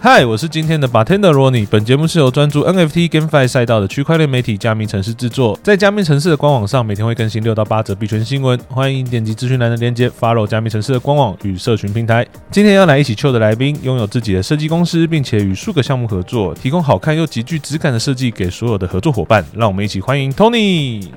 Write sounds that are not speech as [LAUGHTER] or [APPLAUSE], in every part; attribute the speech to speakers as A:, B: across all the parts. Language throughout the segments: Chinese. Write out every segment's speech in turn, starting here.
A: 嗨，我是今天的 Bartender Ronnie。本节目是由专注 NFT GameFi 赛道的区块链媒体加密城市制作，在加密城市的官网上每天会更新六到八则币圈新闻，欢迎点击资讯栏的链接，follow 加密城市的官网与社群平台。今天要来一起 chill 的来宾，拥有自己的设计公司，并且与数个项目合作，提供好看又极具质感的设计给所有的合作伙伴。让我们一起欢迎 Tony。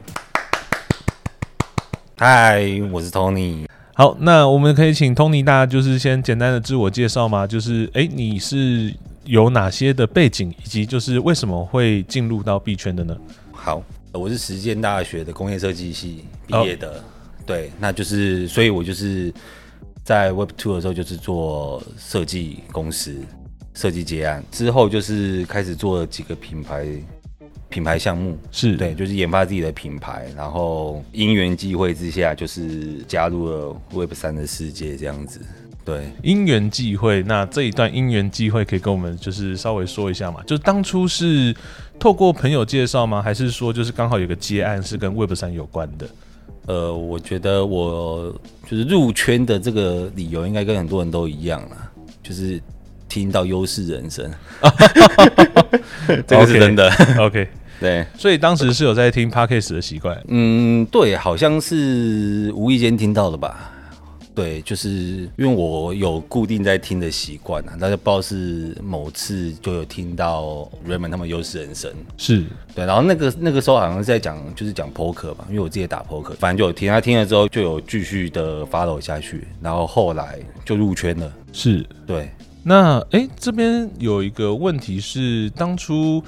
B: 嗨，我是 Tony。
A: 好，那我们可以请 Tony 大就是先简单的自我介绍吗？就是诶，你是有哪些的背景，以及就是为什么会进入到币圈的呢？
B: 好，呃我是实践大学的工业设计系毕业的。对，那就是，所以我就是在 Web Two 的时候就是做设计公司设计结案，之后就是开始做了几个品牌品牌项目。
A: 是
B: 对，就是研发自己的品牌，然后因缘际会之下，就是加入了 Web 三的世界这样子。对，
A: 因缘际会。那这一段因缘际会可以跟我们就是稍微说一下嘛？就是当初是透过朋友介绍吗？还是说就是刚好有个接案是跟 Web 三有关的？
B: 呃，我觉得我就是入圈的这个理由，应该跟很多人都一样啦，就是听到优势人生， [LAUGHS] 这个是
A: OK
B: 真的。
A: OK，
B: [LAUGHS] 对，
A: 所以当时是有在听 Podcast 的习惯。
B: 嗯，对，好像是无意间听到的吧。对，就是因为我有固定在听的习惯啊，大家不知道是某次就有听到 Raymond 他们优势人生，
A: 是
B: 对，然后那个那个时候好像是在讲，就是讲 poker 吧，因为我自己也打 poker，反正就有听他听了之后就有继续的 follow 下去，然后后来就入圈了。
A: 是，
B: 对，
A: 那诶，这边有一个问题是，当初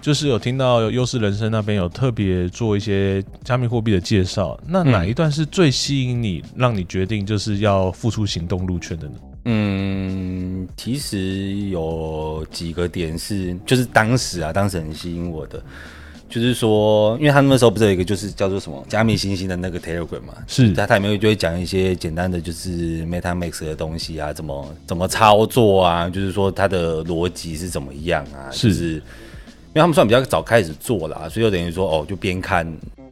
A: 就是有听到优势人生那边有特别做一些加密货币的介绍，那
B: 嗯
A: 哪一段是最吸引你，让你决定就是要付出行动入圈的呢？
B: 嗯，其实有几个点是，就是当时啊，当时很吸引我的，就是说，因为他们那时候不是有一个就是叫做什么加密星星的那个 Telegram 嘛，
A: 是
B: 在它里面就会讲一些简单的就是 MetaMax 的东西啊，怎么怎么操作啊，就是说它的逻辑是怎么样啊，
A: 是
B: 就是因为他们算比较早开始做啦，所以就等于说哦，就边看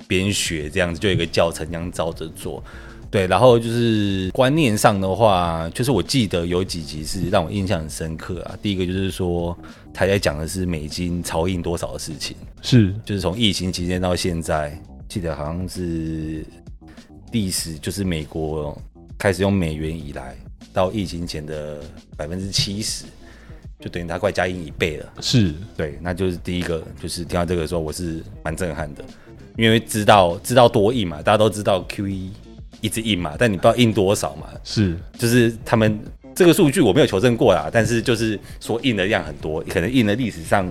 B: 边学这样子，就有一个教程这样照着做。对，然后就是观念上的话，就是我记得有几集是让我印象很深刻啊。第一个就是说，他在讲的是美金超印多少的事情，
A: 是
B: 就是从疫情期间到现在，记得好像是历史就是美国开始用美元以来，到疫情前的百分之七十，就等于它快加印一倍了。
A: 是
B: 对，那就是第一个，就是听到这个的时候，我是蛮震撼的，因为知道知道多印嘛，大家都知道 Q E 一直印嘛，但你不知道印多少嘛，
A: 是
B: 就是他们这个数据我没有求证过啦，但是就是说印的量很多，可能印了历史上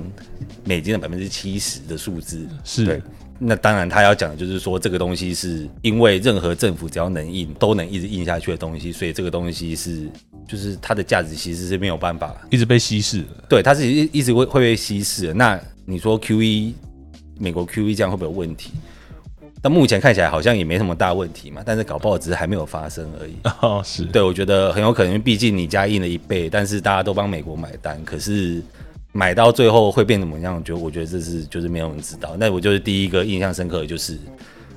B: 美金的百分之七十的数字。对
A: 是，
B: 那当然他要讲的就是说这个东西是因为任何政府只要能印都能一直印下去的东西，所以这个东西是就是它的价值其实是没有办法
A: 一直被稀释 [LAUGHS] 了
B: 对，它是一一直会会被稀释的。那你说 Q E 美国 Q E 这样会不会有问题？但目前看起来好像也没什么大问题嘛，但是搞不好只是还没有发生而已。
A: 哦，是
B: 对，我觉得很有可能，因为毕竟你加印了一倍，但是大家都帮美国买单，可是买到最后会变怎么样？我觉得，我觉得这是就是没有人知道。那我就是第一个印象深刻的就是。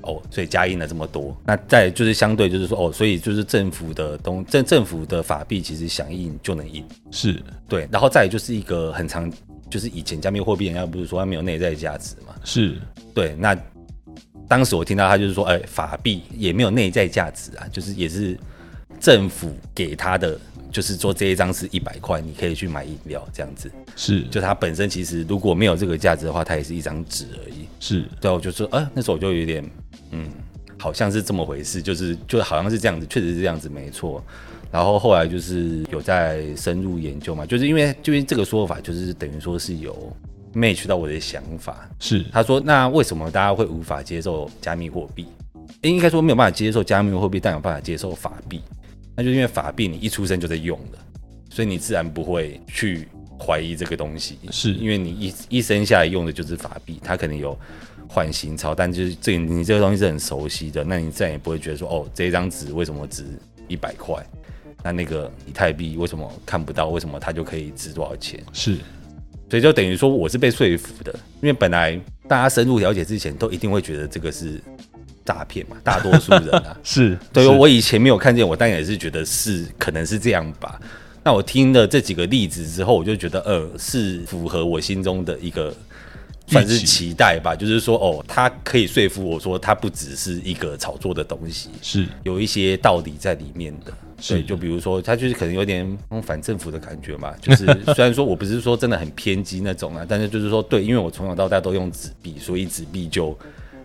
B: 哦，所以加印了这么多，那再就是相对就是说，哦，所以就是政府的东政政府的法币其实想印就能印，
A: 是
B: 对，然后再来就是一个很常，就是以前加密货币人家不是说它没有内在价值嘛？
A: 是
B: 对，那当时我听到他就是说，哎、法币也没有内在价值啊，就是也是政府给他的，就是说这一张是一百块，你可以去买饮料这样子，
A: 是
B: 就它本身其实如果没有这个价值的话，它也是一张纸而已。
A: 是
B: 对，我就说，哎、那时候我就有点，嗯，好像是这么回事，就是就好像是这样子，确实是这样子，没错。然后后来就是有在深入研究嘛，就是因为就是这个说法，就是等于说是有 match 到我的想法。
A: 是
B: 他说，那为什么大家会无法接受加密货币？诶应该说没有办法接受加密货币，但有办法接受法币。那就是因为法币你一出生就在用的，所以你自然不会去怀疑这个东西。
A: 是
B: 因为你一一生下来用的就是法币，它可能有换新钞，但就是这个你这个东西是很熟悉的，那你自然也不会觉得说哦，这一张纸为什么值一百块？那那个以太币为什么看不到？为什么它就可以值多少钱？
A: 是。
B: 所以就等于说我是被说服的，因为本来大家深入了解之前，都一定会觉得这个是诈骗嘛，大多数人啊
A: [LAUGHS] 是，
B: 对，
A: 是
B: 我以前没有看见，我当然也是觉得是可能是这样吧。那我听了这几个例子之后，我就觉得，呃，是符合我心中的一个算是
A: 预期
B: 期待吧，就是说，哦，他可以说服我说，它不只是一个炒作的东西，
A: 是
B: 有一些道理在里面的。
A: 是
B: 对，就比如说，他就是可能有点那种反政府的感觉嘛。就是虽然说我不是说真的很偏激那种啊，但是就是说，对，因为我从小到大都用纸币，所以纸币就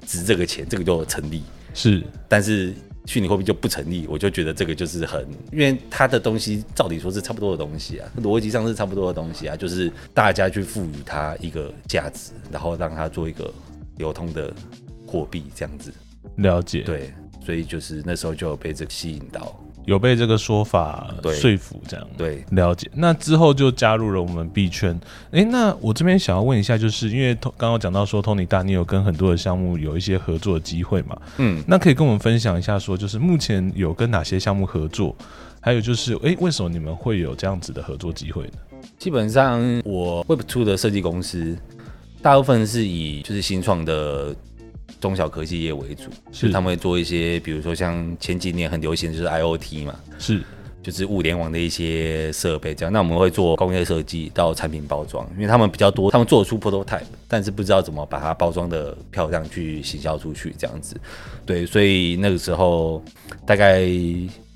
B: 值这个钱，这个就成立。
A: 是
B: 但是虚拟货币就不成立，我就觉得这个就是很，因为它的东西照理说是差不多的东西啊，逻辑上是差不多的东西啊，就是大家去赋予它一个价值，然后让它做一个流通的货币这样子。
A: 了解，，
B: 对，所以就是那时候就有被这个吸引到。
A: 有被这个说法
B: 对
A: 说服这样。
B: 对，
A: 了解，那之后就加入了我们币圈。诶，那我这边想要问一下，就是因为 To- 刚刚讲到说，Tony 大，你有跟很多的项目有一些合作的机会嘛？
B: 嗯，
A: 那可以跟我们分享一下说就是目前有跟哪些项目合作？还有就是，诶，为什么你们会有这样子的合作机会呢？
B: 基本上我 Web Two 的设计公司大部分是以就是新创的中小科技业为主，就是他们会做一些，比如说像前几年很流行的就是 IOT 嘛，
A: 是
B: 就是物联网的一些设备这样。那我们会做工业设计到产品包装，因为他们比较多，他们做得出 prototype，但是不知道怎么把它包装的漂亮去行销出去这样子。对，所以那个时候大概。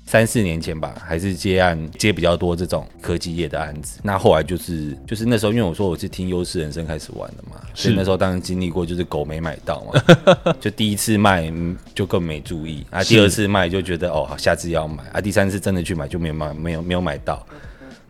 B: 三四年前吧，还是接案接比较多这种科技业的案子。那后来就是就是那时候，因为我说我是听优势人生开始玩的嘛，所以
A: 是
B: 那时候当然经历过就是狗没买到
A: [LAUGHS]
B: 嘛，就第一次卖嗯就更没注意啊，第
A: 是
B: 二次卖就觉得哦好，下次要买啊，第三次真的去买就没有买没有没有买到，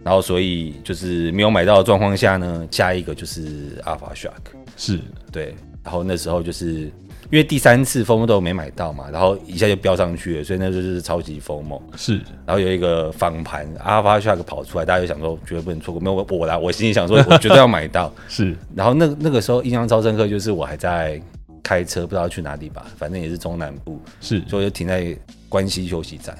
B: 然后所以就是没有买到的状况下呢，下一个就是 Alpha Shark，
A: 是
B: 对，然后那时候就是因为第三次 FOMO 都没买到嘛，然后一下就飙上去了，所以那就是超级 FOMO。
A: 是
B: 然后有一个仿盘 Alpha Shark 跑出来，大家就想说绝对不能错过，没有我我啦，我心里想说我绝对要买到。
A: 是
B: 然后那那个时候印象超深刻，就是我还在开车，不知道去哪里吧，反正也是中南部，
A: 是
B: 所以我就停在关西休息站，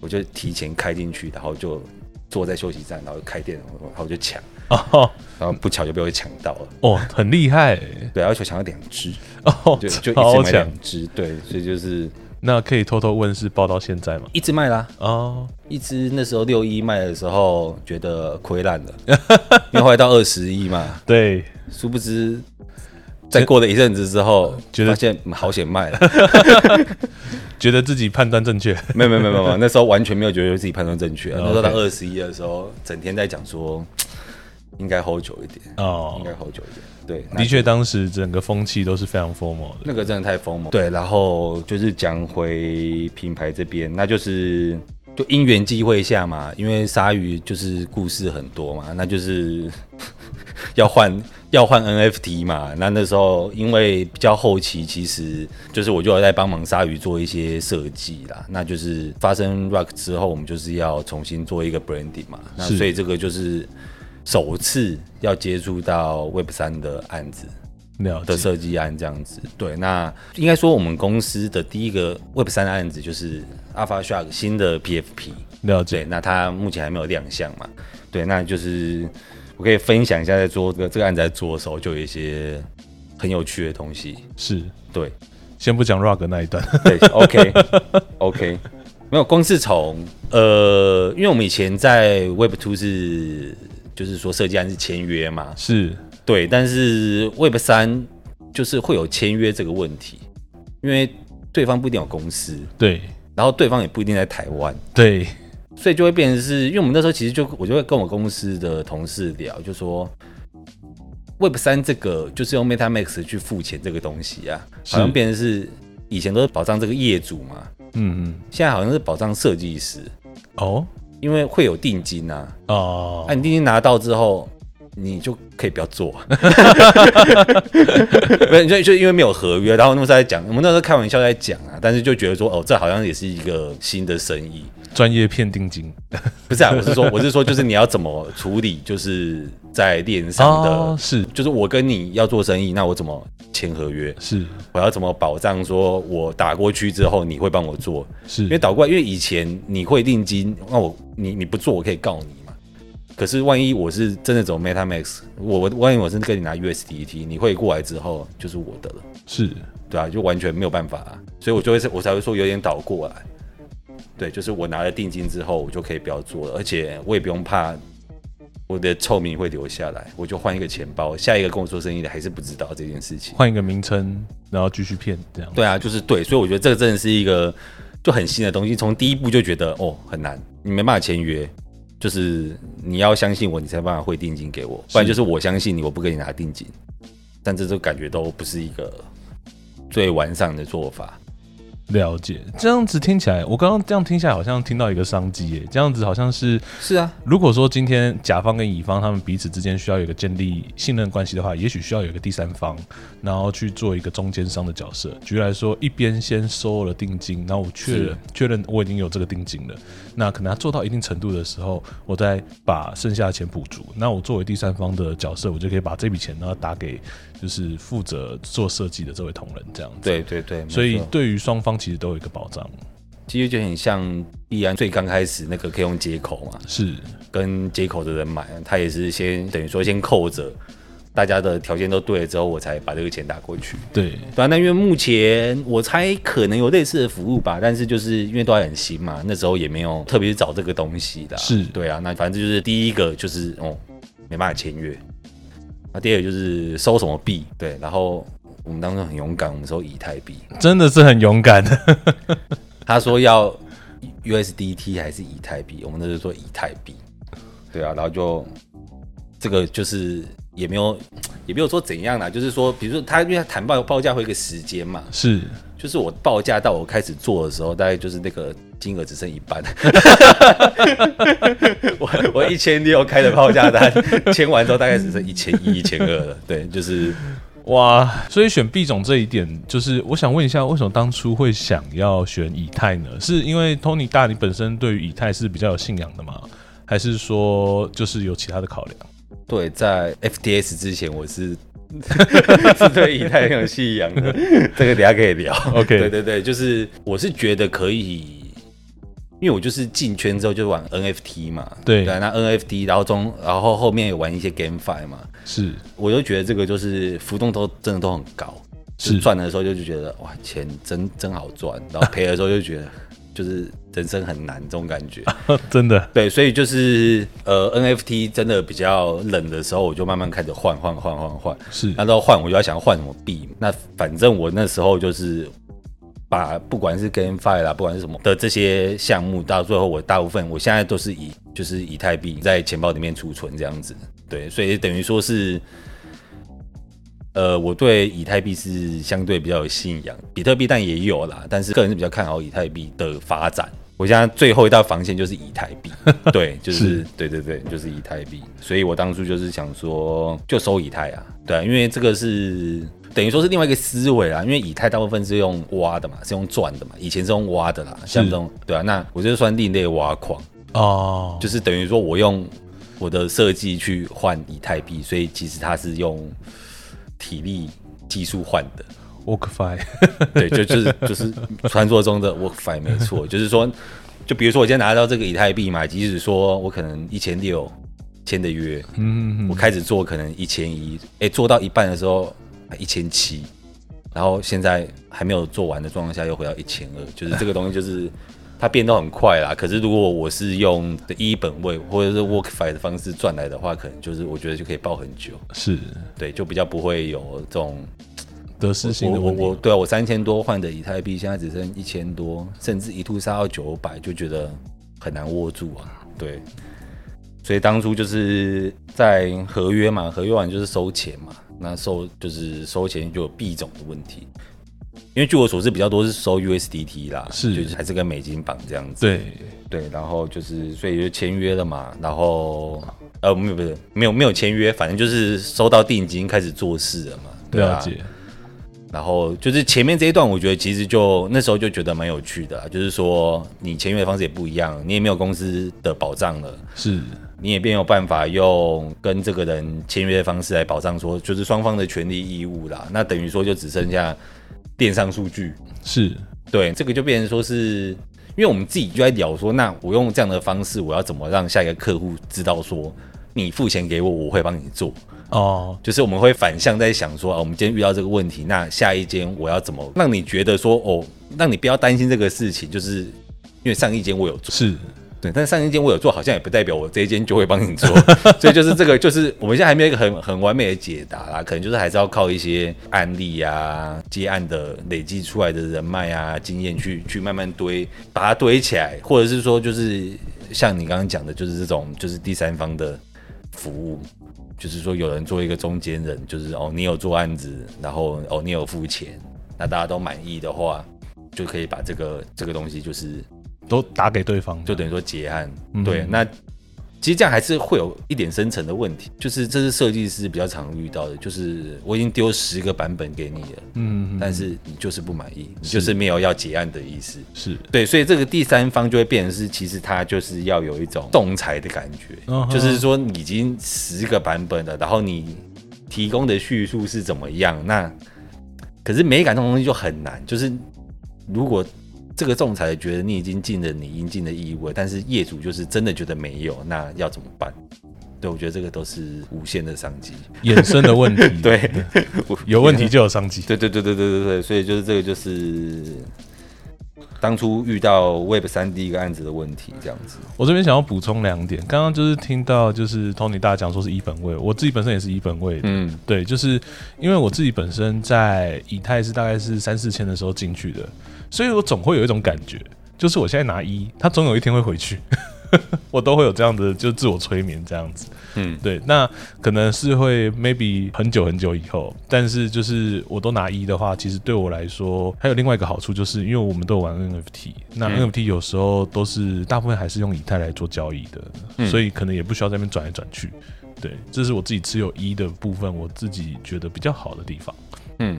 B: 我就提前开进去，然后就坐在休息站，然后开电脑，然后我就抢，
A: 哦
B: 然后不巧就被我抢到了，
A: 哦，很厉害欸
B: 对，而且我抢了两只，
A: 哦， [LAUGHS]
B: 就就一
A: 超
B: 直买
A: 强。
B: 两只，对，所以就是
A: 那可以偷偷问，是报到现在吗？
B: 一直卖啦，
A: 哦，
B: 一只那时候六一卖的时候觉得亏烂了，因为后来到二十一嘛，
A: 对，
B: 殊不知。在过了一阵子之后，
A: [LAUGHS] 觉得
B: 发现嗯好险卖了，
A: 觉得自己判断正确，
B: 没有没有没有没有，那时候完全没有觉得自己判断正确。啊
A: [LAUGHS] OK
B: 那时候到二十一的时候，整天在讲说应该 hold 久一点，
A: 哦
B: 应该 hold 久一点。对，那
A: 的确，当时整个风气都是非常 formal 的。
B: 那个真的太疯了。对，然后就是讲回品牌这边，那就是就因缘际会下嘛，因为鲨鱼就是故事很多嘛，那就是 [LAUGHS] 要换要换 NFT 嘛。那那时候因为比较后期，其实就是我就有在帮忙鲨鱼做一些设计啦。那就是发生 Rock 之后，我们就是要重新做一个 branding 嘛。那
A: 是
B: 所以这个就是首次要接触到 Web 三的案子。
A: 了
B: 的
A: 解
B: 设计案这样子。对，那应该说我们公司的第一个 Web 三的案子就是 Alpha Shark 新的 PFP。
A: 了
B: 对，
A: 解，
B: 那它目前还没有亮相嘛？对，那就是我可以分享一下，在做这个这个案子在做的时候，就有一些很有趣的东西。
A: 是
B: 对，
A: 先不讲 rug 那一段， [LAUGHS]
B: 对，OK OK，没有，光是从呃，因为我们以前在 Web Two 是就是说设计案是签约嘛，
A: 是
B: 对，但是 Web 三就是会有签约这个问题，因为对方不一定有公司，
A: 对
B: 然后对方也不一定在台湾，
A: 对
B: 所以就会变成是因为我们那时候其实就我就会跟我公司的同事聊，就说 Web 三这个就是用 MetaMax 去付钱这个东西啊，
A: 是
B: 好像变成是以前都是保障这个业主嘛，
A: 嗯嗯，
B: 现在好像是保障设计师，
A: 哦
B: 因为会有定金啊，
A: 哦
B: 那、，你定金拿到之后，你就可以不
A: [LAUGHS]
B: 要做，没 [LAUGHS] 有就就因为没有合约，然后那时候在讲，我们那时候开玩笑在讲啊，但是就觉得说，哦，这好像也是一个新的生意，
A: 专业骗定金
B: 不是啊，我是说，我是说，就是你要怎么处理，就是在链上的，
A: 哦，是
B: 就是我跟你要做生意，那我怎么签合约？
A: 是
B: 我要怎么保障说我打过去之后你会帮我做？因为
A: 是，
B: 倒过来，因为以前你会定金，那我你你不做，我可以告你嘛。可是万一我是真的走 MetaMax，我我万一我是跟你拿 USDT，你会过来之后就是我的了，
A: 是
B: 对啊，就完全没有办法、啊，所以我就会我才会说有点倒过来。对，就是我拿了定金之后，我就可以不要做了，而且我也不用怕我的臭名会留下来，我就换一个钱包，下一个跟我做生意的还是不知道这件事情。
A: 换一个名称，然后继续骗这样。
B: 对啊，就是对，所以我觉得这个真的是一个就很新的东西。从第一步就觉得哦很难，你没办法签约，就是你要相信我，你才有办法汇定金给我，不然就是我相信你，我不给你拿定金。但这就感觉都不是一个最完善的做法。
A: 了解，这样子听起来，我刚刚这样听下来，好像听到一个商机耶。这样子好像是，
B: 是啊，
A: 如果说今天甲方跟乙方他们彼此之间需要有一个建立信任关系的话，也许需要有一个第三方，然后去做一个中间商的角色。举例来说，一边先收了定金，然后我确认确认我已经有这个定金了，那可能他做到一定程度的时候，我再把剩下的钱补足。那我作为第三方的角色，我就可以把这笔钱呢打给就是负责做设计的这位同仁这样子。
B: 对对对，
A: 所
B: 没
A: 以
B: 错
A: 对于双方其实都有一个保障。
B: 其实就很像易安最刚开始那个可以用接口嘛，
A: 是
B: 跟接口的人买，他也是先等于说先扣着，大家的条件都对了之后，我才把这个钱打过去。
A: 对，
B: 对啊，那因为目前我猜可能有类似的服务吧，但是就是因为都还很新嘛，那时候也没有特别去找这个东西的啊、
A: 是
B: 对啊，那反正就是第一个就是哦，没办法签约，那第二个就是收什么币，对，然后我们当时很勇敢，我们收以太币，
A: 真的是很勇敢。 [LAUGHS]
B: 他说要 USDT 还是以太币，我们那时候说以太币，对啊，然后就这个就是也没有也没有说怎样啦，就是说，比如说他因为他谈报报价会有一个时间嘛，
A: 是
B: 就是我报价到我开始做的时候，大概就是那个金额只剩一半。 [LAUGHS] 我我一千六开的报
A: [LAUGHS]
B: 价单，签完之后大概只剩一千一、一千二了。对，就是
A: 哇，所以选币种这一点，就是我想问一下，为什么当初会想要选以太呢？是因为 Tony 大你本身对于以太是比较有信仰的吗？还是说就是有其他的考量？
B: 对，在 FTS 之前我是 [LAUGHS] 是对以太很有信仰
A: [LAUGHS]
B: 的，这个等一下可以聊。
A: OK
B: 对对对，就是我是觉得可以。因为我就是进圈之后就玩 NFT 嘛，
A: 对
B: 对啊，那 NFT，然后中，然后后面有玩一些 GameFi 嘛，
A: 是
B: 我就觉得这个就是浮动都真的都很高，
A: 是
B: 就赚的时候就就觉得哇钱真真好赚，然后赔的时候就觉得就是人生很难这种感觉。
A: [LAUGHS] 真的
B: 对，所以就是呃 NFT 真的比较冷的时候，我就慢慢开始换换换换换，
A: 是
B: 那到换我就要想换什么币，那反正我那时候就是。把不管是 GameFi 啦，不管是什么的这些项目，到最后我大部分我现在都是以就是以太币在钱包里面储存这样子，对，所以等于说是呃，我对以太币是相对比较有信仰，比特币但也有啦，但是个人是比较看好以太币的发展。我现在最后一道防线就是以太币，对，就是
A: 是
B: 对对对，就是以太币。所以我当初就是想说，就收以太啊，对啊因为这个是等于说是另外一个思维啦，因为以太大部分是用挖的嘛，是用赚的嘛，以前是用挖的啦，像这种对啊，那我就算另类挖矿，
A: 哦，
B: 就是等于说我用我的设计去换以太币，所以其实它是用体力技术换的。
A: WorkFi
B: 对，就就是就是传说中的 WorkFi 没错，就是说，就比如说我现在拿到这个以太币嘛，即使说我可能一千六签的约，
A: 嗯，
B: 我开始做可能一千一，哎，做到一半的时候一千七，然后现在还没有做完的状况下又回到一千二，就是这个东西就是。它变得很快啦，可是如果我是用的一本位或者是 WorkFi 的方式赚来的话，可能就是我觉得就可以抱很久，
A: 是
B: 对，就比较不会有这种
A: 得失心
B: 我
A: 的
B: 我
A: 问
B: 我
A: 题。
B: 对啊，我三千多换的以太币，现在只剩一千多，甚至一度杀到九百，就觉得很难握住啊。对，所以当初就是在合约嘛，合约完就是收钱嘛，那收就是收钱就有币种的问题，因为据我所知比较多是收 USDT 啦，
A: 是
B: 就是还是跟美金绑这样子。
A: 对，
B: 对，然后就是所以就签约了嘛，然后呃没有不是没有没有签约，反正就是收到定金开始做事了嘛，对啊
A: 了。解。
B: 然后就是前面这一段，我觉得其实就那时候就觉得蛮有趣的啊、就是说你签约的方式也不一样，你也没有公司的保障了，
A: 是
B: 你也没有办法用跟这个人签约的方式来保障说，就是双方的权利义务啦。那等于说就只剩下电商数据，
A: 是，
B: 对，这个就变成说是，因为我们自己就在聊说，那我用这样的方式，我要怎么让下一个客户知道说，你付钱给我，我会帮你做。
A: 哦，
B: 就是我们会反向在想说，啊，我们今天遇到这个问题，那下一间我要怎么让你觉得说，哦，让你不要担心这个事情，就是因为上一间我有做，
A: 是
B: 对，但上一间我有做，好像也不代表我这一间就会帮你做， [LAUGHS] 所以就是这个，就是我们现在还没有一个很很完美的解答啦，可能就是还是要靠一些案例啊、接案的累积出来的人脉啊、经验去去慢慢堆，把它堆起来，或者是说就是像你刚刚讲的，就是这种就是第三方的服务。就是说，有人做一个中间人，就是哦，你有做案子，然后哦，你有付钱，那大家都满意的话，就可以把这个这个东西就是
A: 都打给对方，
B: 就等于说结案。
A: 嗯
B: 对，那其实这样还是会有一点深层的问题，就是这是设计师比较常遇到的，就是我已经丢十个版本给你了，
A: 嗯，
B: 但是你就是不满意，你就是没有要结案的意思。
A: 是
B: 对，所以这个第三方就会变成是，其实他就是要有一种仲裁的感觉
A: 嗯哼
B: 就是说你已经十个版本了，然后你提供的叙述是怎么样？那可是美感这种东西就很难，就是如果这个仲裁觉得你已经尽了你应尽的义务了，但是业主就是真的觉得没有，那要怎么办？对，我觉得这个都是无限的商机。
A: 衍生的问题，，
B: [LAUGHS] 对，
A: [LAUGHS] 有问题就有商机，
B: 对对对对对对对，所以就是这个就是当初遇到 Web 三第一个案子的问题，这样子。
A: 我这边想要补充两点，刚刚就是听到就是 Tony 大讲说是一本位，我自己本身也是一本位的。
B: 嗯，
A: 对，就是因为我自己本身在以太是大概是三四千的时候进去的，所以我总会有一种感觉，就是我现在拿一，它总有一天会回去， [LAUGHS] 我都会有这样的就自我催眠这样子。
B: 嗯，
A: 对，那可能是会 maybe 很久很久以后，但是就是我都拿一的话，其实对我来说还有另外一个好处，就是因为我们都有玩 NFT，那 NFT 有时候都是大部分还是用以太来做交易的，所以可能也不需要在那边转来转去。对，这是我自己持有一的部分，我自己觉得比较好的地方。
B: 嗯，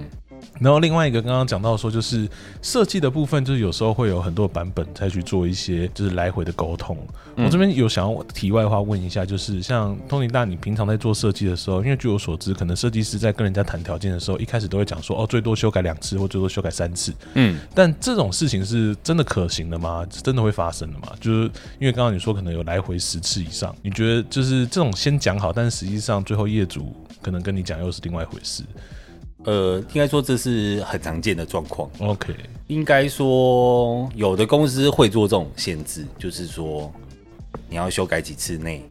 A: 然后另外一个刚刚讲到说，就是设计的部分，就是有时候会有很多版本再去做一些就是来回的沟通。我这边有想要题外话问一下，就是像通尼大，你平常在做设计的时候，因为据我所知，可能设计师在跟人家谈条件的时候，一开始都会讲说哦，最多修改两次或最多修改三次。
B: 嗯，
A: 但这种事情是真的可行的吗？是真的会发生的吗？就是因为刚刚你说可能有来回十次以上，你觉得就是这种先讲好，但实际上最后业主可能跟你讲又是另外一回事。
B: 呃，应该说这是很常见的状况。
A: OK，
B: 应该说有的公司会做这种限制，就是说你要修改几次内，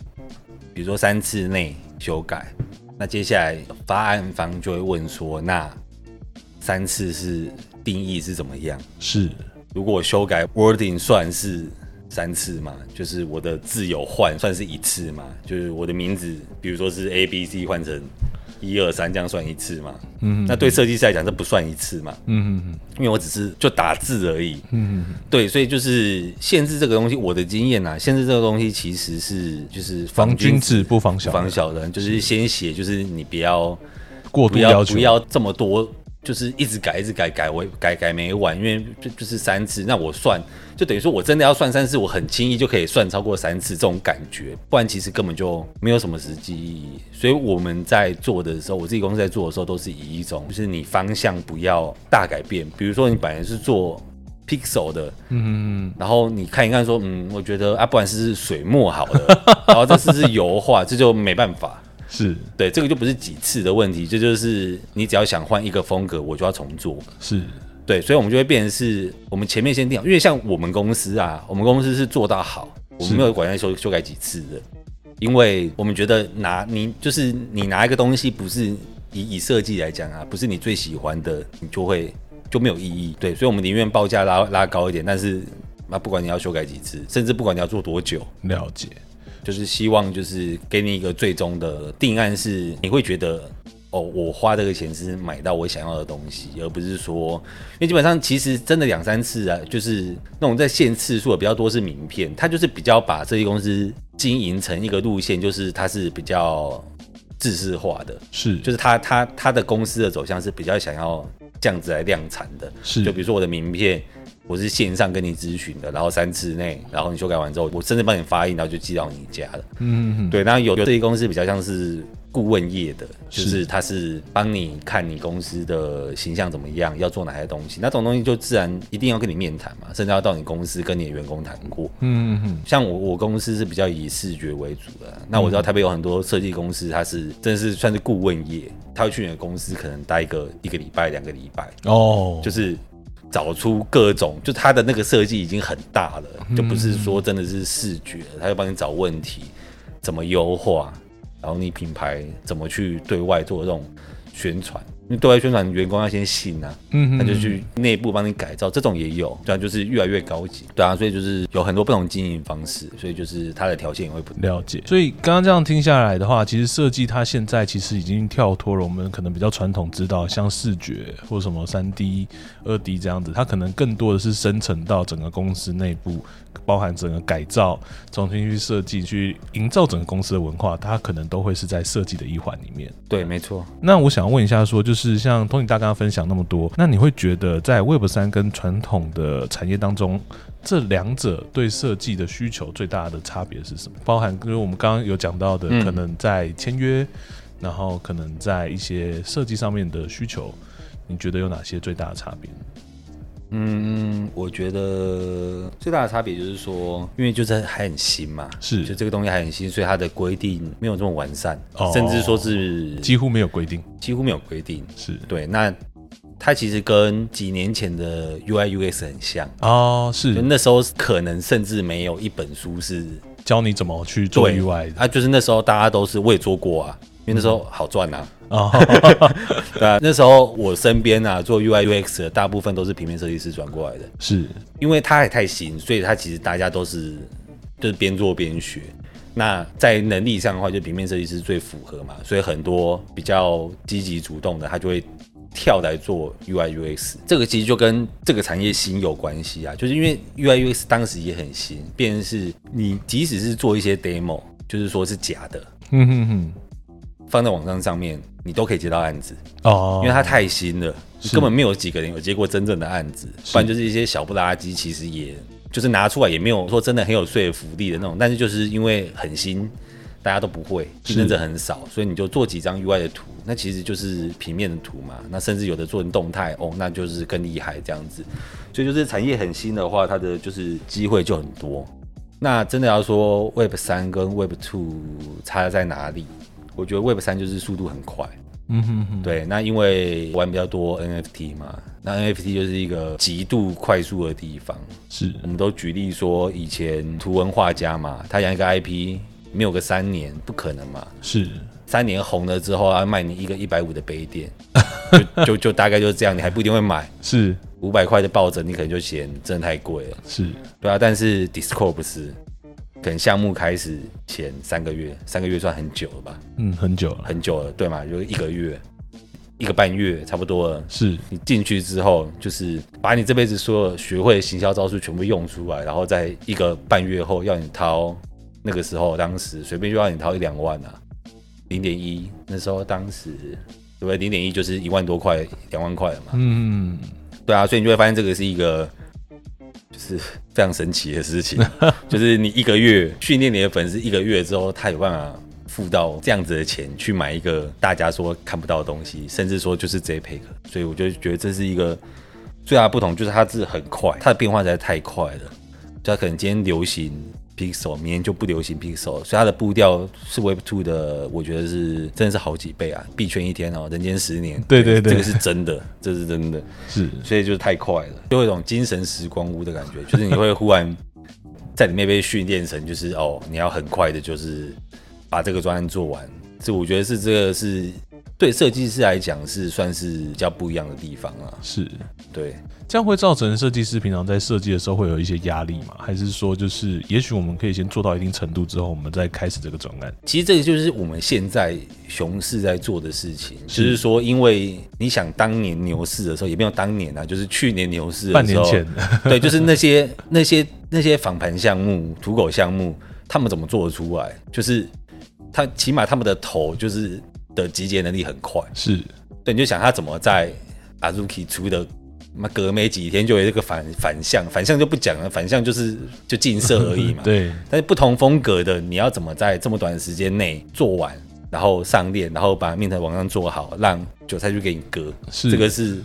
B: 比如说三次内修改，那接下来发案方就会问说，那三次是定义是怎么样？
A: 是。
B: 如果我修改 wording 算是三次吗？就是我的字有换算是一次吗？就是我的名字，比如说是 A B C 换成一二三，这样算一次吗？嗯，那对设计师来讲，这不算一次嘛？
A: 嗯嗯
B: 因为我只是就打字而已。
A: 嗯嗯，
B: 对，所以就是限制这个东西，我的经验啊，限制这个东西其实是就是
A: 防君子不防小人，
B: 防小人，就是先写，就是你不要
A: 过度
B: 不
A: 要
B: 要
A: 求，
B: 不要这么多，就是一直改一直改改为改改没完，因为就就是三次，那我算就等于说我真的要算三次，我很轻易就可以算超过三次这种感觉，不然其实根本就没有什么实际意义。所以我们在做的时候，我自己公司在做的时候，都是以一种就是你方向不要大改变，比如说你本来是做 pixel 的，
A: 嗯，嗯嗯
B: 然后你看一看说，嗯，我觉得啊，不然是水墨好了，然后这次是油画，这就没办法。
A: 是
B: 对，这个就不是几次的问题，这就是你只要想换一个风格，我就要重做。
A: 是
B: 对，所以我们就会变成是我们前面先定好，因为像我们公司啊，我们公司是做到好，我
A: 是
B: 们没有管它修修改几次的，因为我们觉得拿你就是你拿一个东西，不是以以设计来讲啊，不是你最喜欢的，你就会就没有意义。对，所以我们宁愿报价拉拉高一点，但是那不管你要修改几次，甚至不管你要做多久，
A: 了解，
B: 就是希望就是给你一个最终的定案是，你会觉得哦，我花这个钱是买到我想要的东西，而不是说，因为基本上其实真的两三次啊，就是那种在限次数的比较多是名片，它就是比较把设计公司经营成一个路线，就是它是比较制式化的，
A: 是
B: 就是他他他的公司的走向是比较想要这样子来量产的。
A: 是
B: 就比如说我的名片，我是线上跟你咨询的，然后三次内，然后你修改完之后，我甚至帮你发印，然后就寄到你家了。
A: 嗯嗯嗯，
B: 对，那有有设计公司比较像是顾问业的，就是是他是帮你看你公司的形象怎么样，要做哪些东西，那种东西就自然一定要跟你面谈嘛，甚至要到你公司跟你的员工谈过。
A: 嗯嗯嗯，
B: 像我我公司是比较以视觉为主的啊，那我知道台北有很多设计公司，它是真的是算是顾问业，他会去你的公司可能待个一个礼拜、两个礼拜，
A: 哦，
B: 就是是找出各种，就它的那个设计已经很大了，就不是说真的是视觉，它会帮你找问题，怎么优化，然后你品牌怎么去对外做这种宣传。你对外宣传，员工要先信啊，
A: 嗯
B: 他就去内部帮你改造，这种也有，对啊，就是越来越高级，对啊，所以就是有很多不同经营方式，所以就是它的条件也会不同。
A: 了解。所以刚刚这样听下来的话，其实设计它现在其实已经跳脱了我们可能比较传统知道像视觉或什么三 D、二 D 这样子，它可能更多的是深层到整个公司内部，包含整个改造、重新去设计、去营造整个公司的文化，它可能都会是在设计的一环里面。
B: 对，没错。
A: 那我想问一下说就是像托尼大刚刚分享那么多，那你会觉得在 Web 三跟传统的产业当中，这两者对设计的需求最大的差别是什么？包含因为我们刚刚有讲到的，
B: 嗯
A: 可能在签约，然后可能在一些设计上面的需求，你觉得有哪些最大的差别？
B: 嗯，我觉得最大的差别就是说，因为就是还很新嘛，
A: 是
B: 就这个东西还很新，所以它的规定没有这么完善，
A: 哦
B: 甚至说是
A: 几乎没有规定，
B: 几乎没有规定。
A: 是
B: 对，那它其实跟几年前的 UI UX 很像，
A: 哦，
B: 就是那时候可能甚至没有一本书是
A: 教你怎么去做
B: 对
A: UI
B: [LAUGHS]
A: 的
B: 啊，就是那时候大家都是我也做过啊，因为那时候好赚啊，
A: 哦，
B: 对啊，那时候我身边啊做 UI UX 的大部分都是平面设计师转过来的，
A: 是
B: 因为它也太新，所以它其实大家都是就是边做边学。那在能力上的话，就平面设计师最符合嘛，所以很多比较积极主动的，他就会跳来做 UI UX。这个其实就跟这个产业新有关系啊，就是因为 UI UX 当时也很新，变成是你即使是做一些 demo，就是说是假的，
A: 嗯哼哼，
B: 放在网站上面，你都可以接到案子。
A: 哦，
B: 因为它太新了，
A: 是
B: 根本没有几个人有接过真正的案子，
A: 是
B: 不然就是一些小不拉几，其实也就是拿出来也没有说真的很有说服力的那种，但是就是因为很新。大家都不会，竞争者很少，所以你就做几张 UI 的图，那其实就是平面的图嘛。那甚至有的做成动态哦，那就是更厉害这样子。所以就是产业很新的话，它的就是机会就很多。那真的要说 Web 三跟 Web two 差在哪里？我觉得 Web 三就是速度很快，
A: 嗯哼哼，
B: 对，那因为玩比较多 NFT 嘛，那 NFT 就是一个极度快速的地方。
A: 是
B: 我们都举例说，以前图文画家嘛，他养一个 IP 没有个三年，不可能嘛。
A: 是，
B: 三年红了之后，他卖你一个一百五的杯垫，就就就大概就是这样，你还不一定会买。
A: 是
B: 五百块的抱枕，你可能就嫌真的太贵了，
A: 是，
B: 对啊。但是 Discord 不是，可能项目开始前三个月，三个月算很久了吧？
A: 嗯，很久了，
B: 很久了，对嘛？就一个月、一个半月差不多了。
A: 是
B: 你进去之后，就是把你这辈子所有学会的行销招数全部用出来，然后在一个半月后要你掏，那个时候当时随便就要你掏一两万啊，零点一，那时候当时对不对？零点一就是一万多块，两万块了嘛。
A: 嗯，
B: 对啊，所以你就会发现这个是一个就是非常神奇的事
A: [LAUGHS]
B: 情，就是你一个月训练你的粉丝一个月之后，他有办法付到这样子的钱去买一个大家说看不到的东西，甚至说就是直接 p 个，所以我就觉得这是一个最大的不同，就是它是很快，它的变化实在太快了。就它可能今天流行 Pixel，明天就不流行 Pixel，所以它的步调是 Web Two 的，我觉得是真的是好几倍啊！币圈一天哦，人间十年，
A: 对对对
B: 这个是真的，这是真的。
A: 是
B: 所以就是太快了，就有一种精神时光屋的感觉， [LAUGHS] 就是你会忽然在里面被训练成，就是哦，你要很快的，就是把这个专案做完。这我觉得是这个是对设计师来讲是算是比较不一样的地方啊。
A: 是，
B: 对，
A: 这样会造成设计师平常在设计的时候会有一些压力吗？还是说就是也许我们可以先做到一定程度之后，我们再开始这个专案？
B: 其实这个就是我们现在熊市在做的事情，
A: 是
B: 就是说，因为你想当年牛市的时候，也没有当年啊，就是去年牛市的时候
A: 半年前，
B: [LAUGHS] 对，就是那些那些那些仿盘项目、土狗项目，他们怎么做得出来？就是他起码他们的头就是的集结能力很快，
A: [LAUGHS] 是。
B: 对，你就想他怎么在 Azuki 出的，妈隔没几天就有一个反反向，反向就不讲了，反向就是就近色而已嘛
A: [LAUGHS] 对，
B: 但是不同风格的，你要怎么在这么短的时间内做完，然后上链，然后把面团往上做好，让韭菜去给你割，
A: 是
B: 这个是，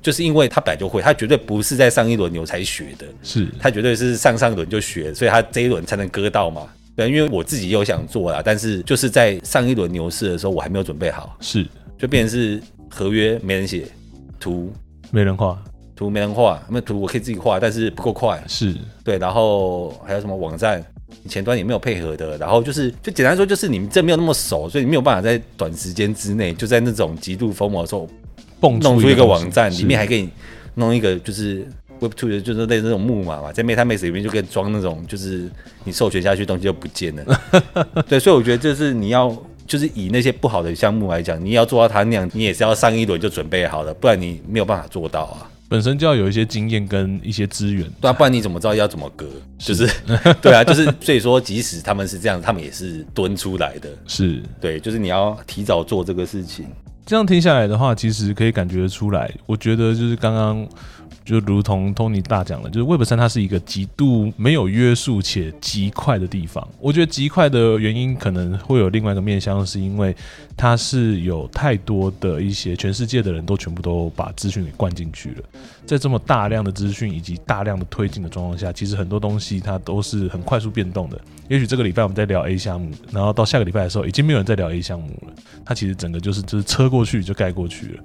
B: 就是因为他本来就会，他绝对不是在上一轮牛才学的，
A: 是
B: 他绝对是上上轮就学，所以他这一轮才能割到嘛。对，因为我自己也有想做啦，但是就是在上一轮牛市的时候，我还没有准备好，
A: 是，
B: 就变成是合约没人写，图
A: 没人画，
B: 图没人画，那图我可以自己画，但是不够快，
A: 是
B: 对，然后还有什么网站前端也没有配合的，然后就是就简单说，就是你们这没有那么熟，所以你没有办法在短时间之内就在那种极度疯魔的时候
A: 蹦
B: 弄出一个
A: 东西
B: 网站，
A: 是
B: 里面还给你弄一个就是 Web Two 的，就是类似那种木马嘛，在 MetaMask 里面就可以装那种，就是你授权下去东西就不见了。 [LAUGHS] 对，所以我觉得就是你要。就是以那些不好的项目来讲，你要做到它那样，你也是要上一轮就准备好了，不然你没有办法做到啊。
A: 本身就要有一些经验跟一些资源，
B: 对啊，不然你怎么 [LAUGHS] 知道要怎么割？就是 [LAUGHS] 对啊，就是所以说，即使他们是这样，他们也是蹲出来的。
A: 是
B: 对，就是你要提早做这个事情。
A: 这样听下来的话，其实可以感觉得出来，我觉得就是刚刚就如同 Tony 大讲的，就是 Web 三它是一个极度没有约束且极快的地方。我觉得极快的原因可能会有另外一个面向，是因为它是有太多的一些全世界的人都全部都把资讯给灌进去了，在这么大量的资讯以及大量的推进的状况下，其实很多东西它都是很快速变动的。也许这个礼拜我们在聊 A 项目，然后到下个礼拜的时候，已经没有人在聊 A 项目了。它其实整个就是就是车过去就盖过去了。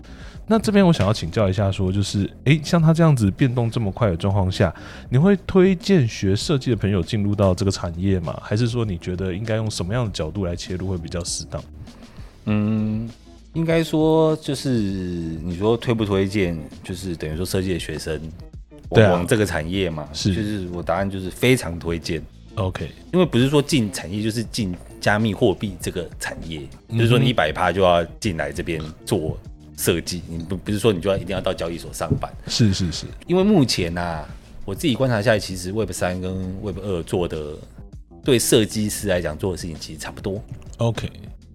A: 那这边我想要请教一下，说就是，诶，像它这样子变动这么快的状况下，你会推荐学设计的朋友进入到这个产业吗？还是说你觉得应该用什么样的角度来切入会比较适当？
B: 嗯，应该说就是你说推不推荐，就是等于说设计的学生
A: 对
B: 往
A: 啊
B: 往这个产业嘛，
A: 是
B: 就是我答案就是非常推荐。
A: OK，
B: 因为不是说进产业就是进加密货币这个产业，
A: 嗯哼
B: 就是说你一百趴就要进来这边做设计，你不不是说你就要一定要到交易所上班，
A: 是是是，
B: 因为目前啊，我自己观察下来，其实 Web 三跟 Web 二做的对设计师来讲做的事情其实差不多。
A: OK，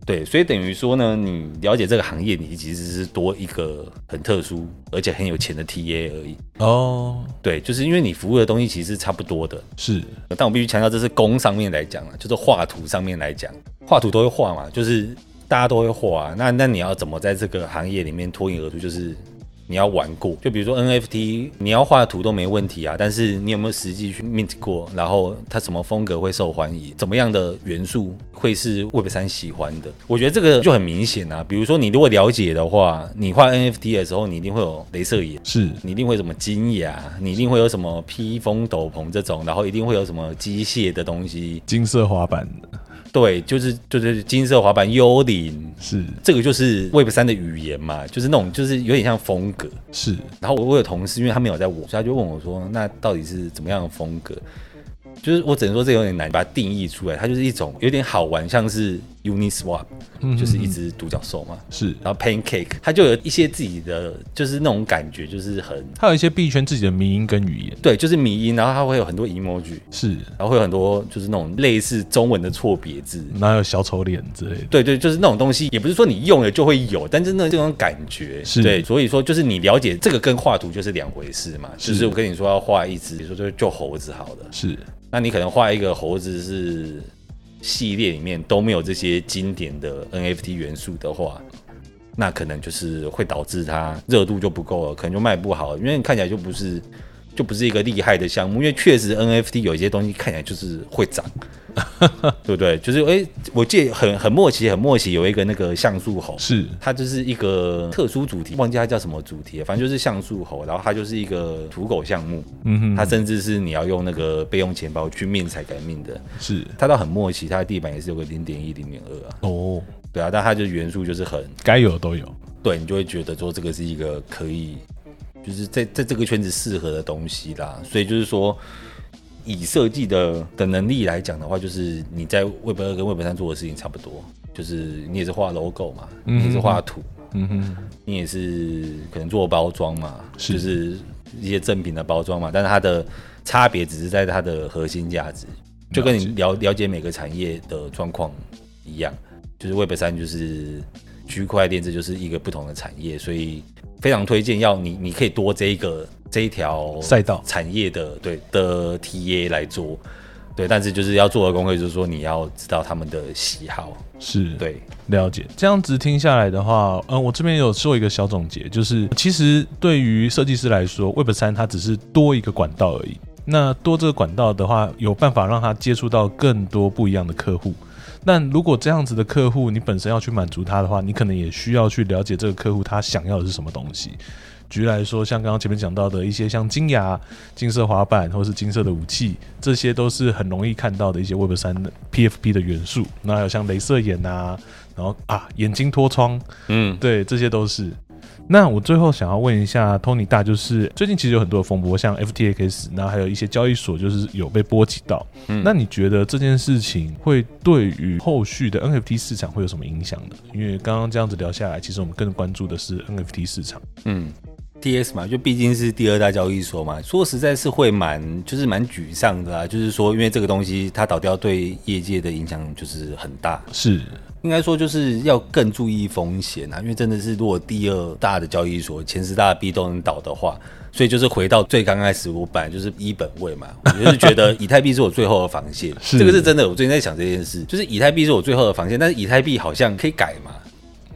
B: 对，所以等于说呢，你了解这个行业，你其实是多一个很特殊而且很有钱的 TA 而已。
A: 哦，
B: 对，就是因为你服务的东西其实是差不多的，
A: 是
B: 但我必须强调，这是工上面来讲啊，就是画图上面来讲，画图都会画嘛，就是大家都会画、啊。那那你要怎么在这个行业里面脱颖而出？就是你要玩过，就比如说 NFT，你要画图都没问题啊，但是你有没有实际去 mint 过？然后它什么风格会受欢迎？怎么样的元素会是 Web 三喜欢的？我觉得这个就很明显啊。比如说你如果了解的话，你画 NFT 的时候，你一定会有镭射眼。
A: 是
B: 你一定会有什么金牙，你一定会有什么披风斗篷这种，然后一定会有什么机械的东西，
A: 金色滑板，
B: 对，就是就是金色滑板、幽灵，
A: 是
B: 这个就是 Web 三的语言嘛，就是那种就是有点像风格。
A: 是
B: 然后我我有同事，因为他没有在我，所以他就问我说，那到底是怎么样的风格？就是我只能说这有点难把它定义出来，它就是一种有点好玩，像是 Uniswap，
A: 嗯
B: 就是一只独角兽嘛，
A: 是，
B: 然后 Pancake，它就有一些自己的就是那种感觉，就是很
A: 它有一些币圈自己的迷因跟语言，
B: 对，就是迷音，然后它会有很多 emoji，
A: 是，
B: 然后会有很多就是那种类似中文的错别字。
A: 哪有小丑脸之类的？
B: 对对，就是那种东西，也不是说你用了就会有，但是那这种感觉，
A: 是
B: 对，所以说就是你了解这个跟画图就是两回事嘛。
A: 是
B: 就是我跟你说要画一只，比如说就就猴子好了，
A: 是
B: 那你可能画一个猴子是系列里面都没有这些经典的 NFT 元素的话，那可能就是会导致它热度就不够了，可能就卖不好，因为看起来就不是就不是一个厉害的项目，因为确实 NFT 有一些东西看起来就是会涨。对不对？就是诶，我记得很很默契，很默契，有一个那个像素猴，
A: 是
B: 它就是一个特殊主题，忘记它叫什么主题了，反正就是像素猴，然后它就是一个土狗项目，
A: 嗯哼，
B: 它甚至是你要用那个备用钱包去命才敢命的。
A: 是
B: 它到很默契，它的地板也是有个零点一、零点二啊，
A: 哦，
B: 对啊，但它就元素就是很
A: 该有的都有，
B: 对，你就会觉得说这个是一个可以，就是在在这个圈子适合的东西啦。所以就是说，以设计的的能力来讲的话，就是你在 Web 二跟 Web 三做的事情差不多，就是你也是画 logo 嘛，你也是画图嘛
A: 嗯哼，
B: 你也是可能做包装嘛，
A: 是
B: 就是一些正品的包装嘛，但是它的差别只是在它的核心价值，就跟你了了解每个产业的状况一样，就是 Web 三就是区块链，这就是一个不同的产业，所以非常推荐要你，你可以多这一个这一条
A: 赛道
B: 产业的对的 TA 来做，对，但是就是要做的功课就是说你要知道他们的喜好，
A: 是
B: 对，
A: 了解，这样子听下来的话，嗯，我这边有做一个小总结，就是其实对于设计师来说，Web 三它只是多一个管道而已。那多这个管道的话，有办法让他接触到更多不一样的客户。但如果这样子的客户，你本身要去满足他的话，你可能也需要去了解这个客户他想要的是什么东西。举例来说，像刚刚前面讲到的一些像金牙、金色滑板或是金色的武器，这些都是很容易看到的一些 Web 三 PFP 的元素。那还有像镭射眼啊，然后啊眼睛脱窗，
B: 嗯，
A: 对，这些都是。那我最后想要问一下 Tony 大，就是最近其实有很多的风波，像 FTX，然后还有一些交易所就是有被波及到。那你觉得这件事情会对于后续的 NFT 市场会有什么影响呢？因为刚刚这样子聊下来，其实我们更关注的是 NFT 市场。
B: 嗯，DS 嘛，就毕竟是第二大交易所嘛，说实在是会蛮就是蛮沮丧的啦，就是说因为这个东西它倒掉对业界的影响就是很大，
A: 是
B: 应该说就是要更注意风险啊，因为真的是如果第二大的交易所前十大的币都能倒的话，所以就是回到最刚开始，我本来就是一本位嘛，我就是觉得 [LAUGHS] 以太币是我最后的防线，
A: 是
B: 这个是真的。我最近在想这件事，就是以太币是我最后的防线，但是以太币好像可以改嘛。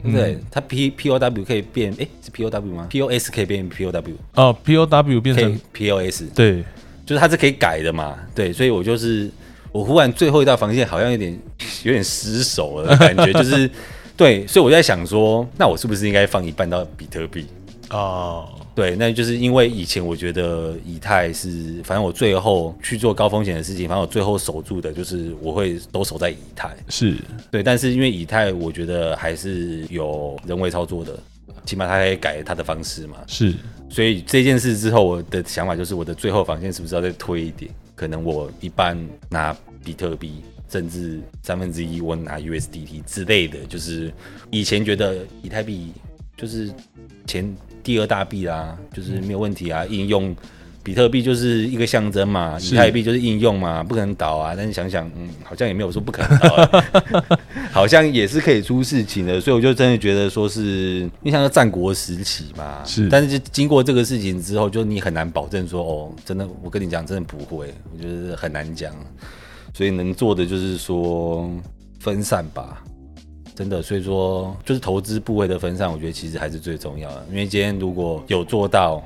B: 对不对，它 P P O W 可以变，诶，是 P O W 吗？P O S 可以变 P O W，
A: 哦，POW 变
B: 可
A: 成
B: 以 P O S，
A: 对，
B: 就是它是可以改的嘛，对，所以我就是我忽然最后一道防线好像有点有点失手了的感觉， [LAUGHS] 就是对，所以我在想说，那我是不是应该放一半到比特币？
A: 哦，
B: 对，那就是因为以前我觉得以太是，反正我最后去做高风险的事情，反正我最后守住的就是我会都守在以太，
A: 是
B: 对，但是因为以太我觉得还是有人为操作的，起码它可以改它的方式嘛，
A: 是，
B: 所以这件事之后，我的想法就是，我的最后防线是不是要再推一点？可能我一般拿比特币，甚至三分之一我拿 USDT 之类的，就是以前觉得以太币就是前第二大币啦，就是没有问题啊，应用。比特币就是一个象征嘛，以
A: 是
B: 太币就是应用嘛，不可能倒啊。但是想想，嗯，好像也没有说不可能倒、啊， [LAUGHS] 好像也是可以出事情的，所以我就真的觉得说是，你像战国时期嘛，
A: 是
B: 但是经过这个事情之后，就你很难保证说，哦，真的，我跟你讲，真的不会，我觉得很难讲，所以能做的就是说分散吧，真的，所以说就是投资部位的分散，我觉得其实还是最重要的，因为今天如果有做到。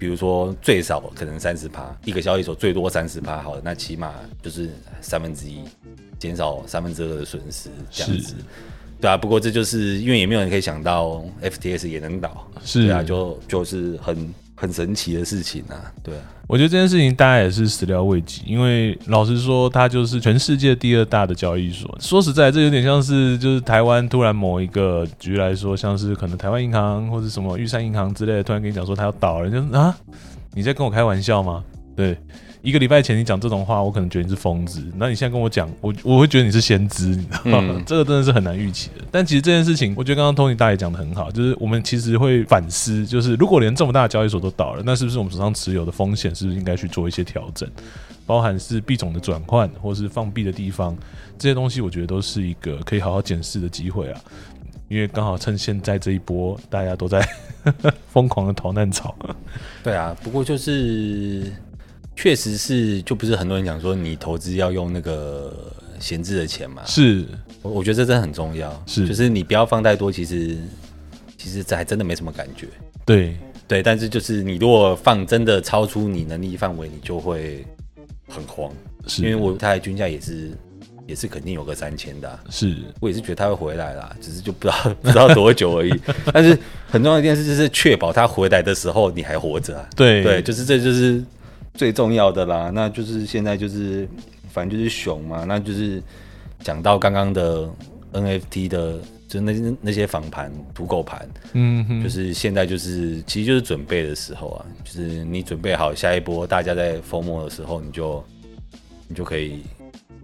B: 比如说最少可能三十趴，一个交易所最多三十趴，好了，那起码就是三分之一，减少三分之二的损失，这样子
A: 是。
B: 对啊，不过这就是因为也没有人可以想到 FTS 也能倒，
A: 是
B: 对啊，就就是很很神奇的事情啊，对啊，
A: 我觉得这件事情大家也是始料未及，因为老实说，它就是全世界第二大的交易所。说实在，这有点像是就是台湾突然某一个局来说，像是可能台湾银行或者什么玉山银行之类的，突然跟你讲说它要倒了，人家啊，你在跟我开玩笑吗？对，一个礼拜前你讲这种话，我可能觉得你是疯子。那你现在跟我讲，我我会觉得你是先知，你知道吗？[LAUGHS]
B: 嗯
A: 这个真的是很难预期的。但其实这件事情，我觉得刚刚 Tony 大爷讲的很好，就是我们其实会反思，就是如果连这么大的交易所都倒了，那是不是我们手上持有的风险是不是应该去做一些调整？包含是币种的转换，或是放币的地方，这些东西我觉得都是一个可以好好检视的机会啊。因为刚好趁现在这一波，大家都在 [LAUGHS] 疯狂的逃难潮，
B: 对啊，不过就是确实是，就不是很多人讲说你投资要用那个闲置的钱嘛，
A: 是
B: 我我觉得这真的很重要，
A: 是
B: 就是你不要放太多，其实其实这还真的没什么感觉，
A: 对，
B: 对，但是就是你如果放真的超出你能力范围，你就会很慌，
A: 是
B: 因为我它的均价也是也是肯定有个三千的啊、
A: 是
B: 我也是觉得他会回来啦，只是就不知道 [LAUGHS] 不知道多久而已。但是很重要的一件事就是确保他回来的时候你还活着、啊。
A: 对
B: 对，就是这就是最重要的啦。那就是现在就是反正就是熊嘛，那就是讲到刚刚的 NFT 的，就那些那些仿盘、土狗盘，
A: 嗯哼，
B: 就是现在就是其实就是准备的时候啊，就是你准备好下一波大家在疯魔的时候，你就你就可以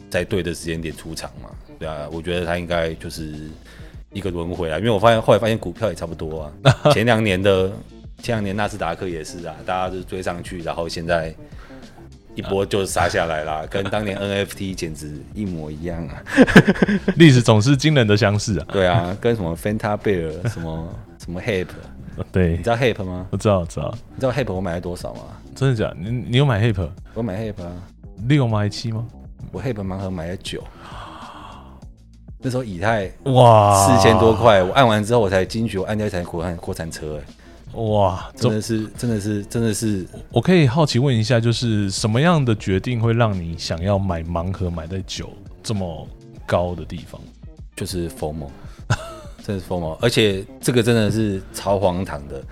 B: 在对的时间点出场嘛，对啊，我觉得它应该就是一个轮回啊，因为我发现后来发现股票也差不多啊，前两年的前两年纳斯达克也是啊，大家就是追上去，然后现在。一波就杀下来啦，跟当年 NFT 简直一模一样啊！
A: 历史总是惊人的相似啊，
B: 对啊，跟什么 Fanta 贝尔、什么什么 Hap，
A: 对
B: 你，知道 Hep 吗？
A: 我知道，我知道，
B: 你知道 Hep 我买了多少吗？
A: 真的假的？你你有买 Hip
B: 我买 Hep 啊，
A: 六吗？还七吗？
B: 我 Hep 盲盒买了九，那时候以太
A: 哇，
B: 四千多，块，我按完之后我才惊觉，我按掉一台国产国产车、哎，
A: 哇，
B: 真
A: 怎
B: 的是真的是真的是
A: 我可以好奇问一下，就是什么样的决定会让你想要买盲盒买在九这么高的地方？
B: 就是疯魔， [LAUGHS] 真的是疯魔，而且这个真的是超荒唐的。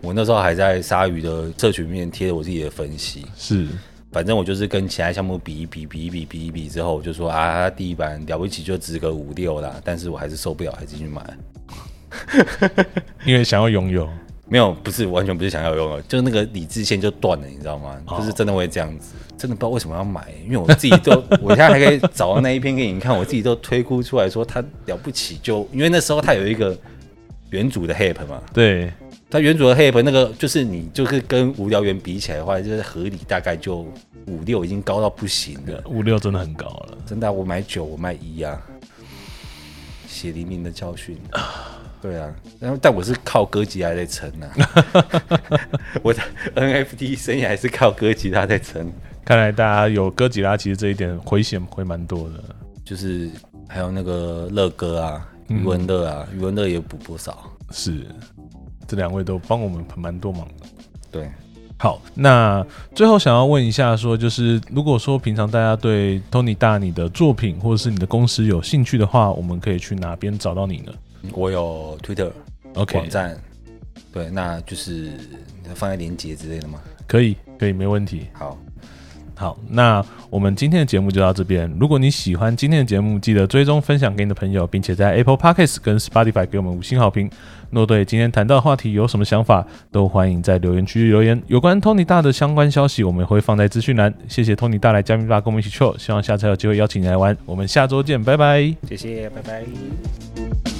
B: 我那时候还在鲨鱼的社群面贴了我自己的分析，
A: 是
B: 反正我就是跟其他项目比一比，比一比，比一比之后，我就说啊，它第一版了不起就值个五六啦，但是我还是受不了，还是去买。
A: 因为想要拥有，
B: 没有，不是完全不是想要拥有，就是那个理智线就断了，你知道吗？就是真的会这样子，哦真的不知道为什么要买，因为我自己都， [LAUGHS] 我现在还可以找到那一篇给你看，我自己都推估出来说它了不起就，因为那时候它有一个原主的 hip 嘛，
A: 对，
B: 它原主的 hip 那个就是你就是跟无聊猿比起来的话，就是合理大概就五六已经高到不行了，
A: 五六真的很高了。
B: 真的啊、我买九我卖一啊，血淋淋的教训。对啊，然后但我是靠哥吉拉在撑啊， [LAUGHS] 我的 NFT 生涯是靠哥吉拉在撑，
A: 看来大家有哥吉拉，其实这一点回血回蛮多的。
B: 就是还有那个乐哥啊，余文乐啊，余文乐也补不少。
A: 是，这两位都帮我们蛮多忙的。
B: 对，
A: 好，那最后想要问一下说就是如果说平常大家对 Tony 大你的作品或者是你的公司有兴趣的话，我们可以去哪边找到你呢
B: 我有 Twitter
A: ？OK，
B: 网站，对，那就是你要放在连接之类的吗？
A: 可以，可以，没问题。
B: 好，
A: 好，那我们今天的节目就到这边。如果你喜欢今天的节目，记得追踪分享给你的朋友，并且在 Apple Podcast 跟 Spotify 给我们五星好评。若对今天谈到的话题有什么想法，都欢迎在留言区留言。有关 Tony 大的相关消息，我们也会放在资讯栏。谢谢 Tony 大来加密吧，跟我们一起 chill。希望下次还有机会邀请你来玩。我们下周见，拜拜。
B: 谢谢，拜拜。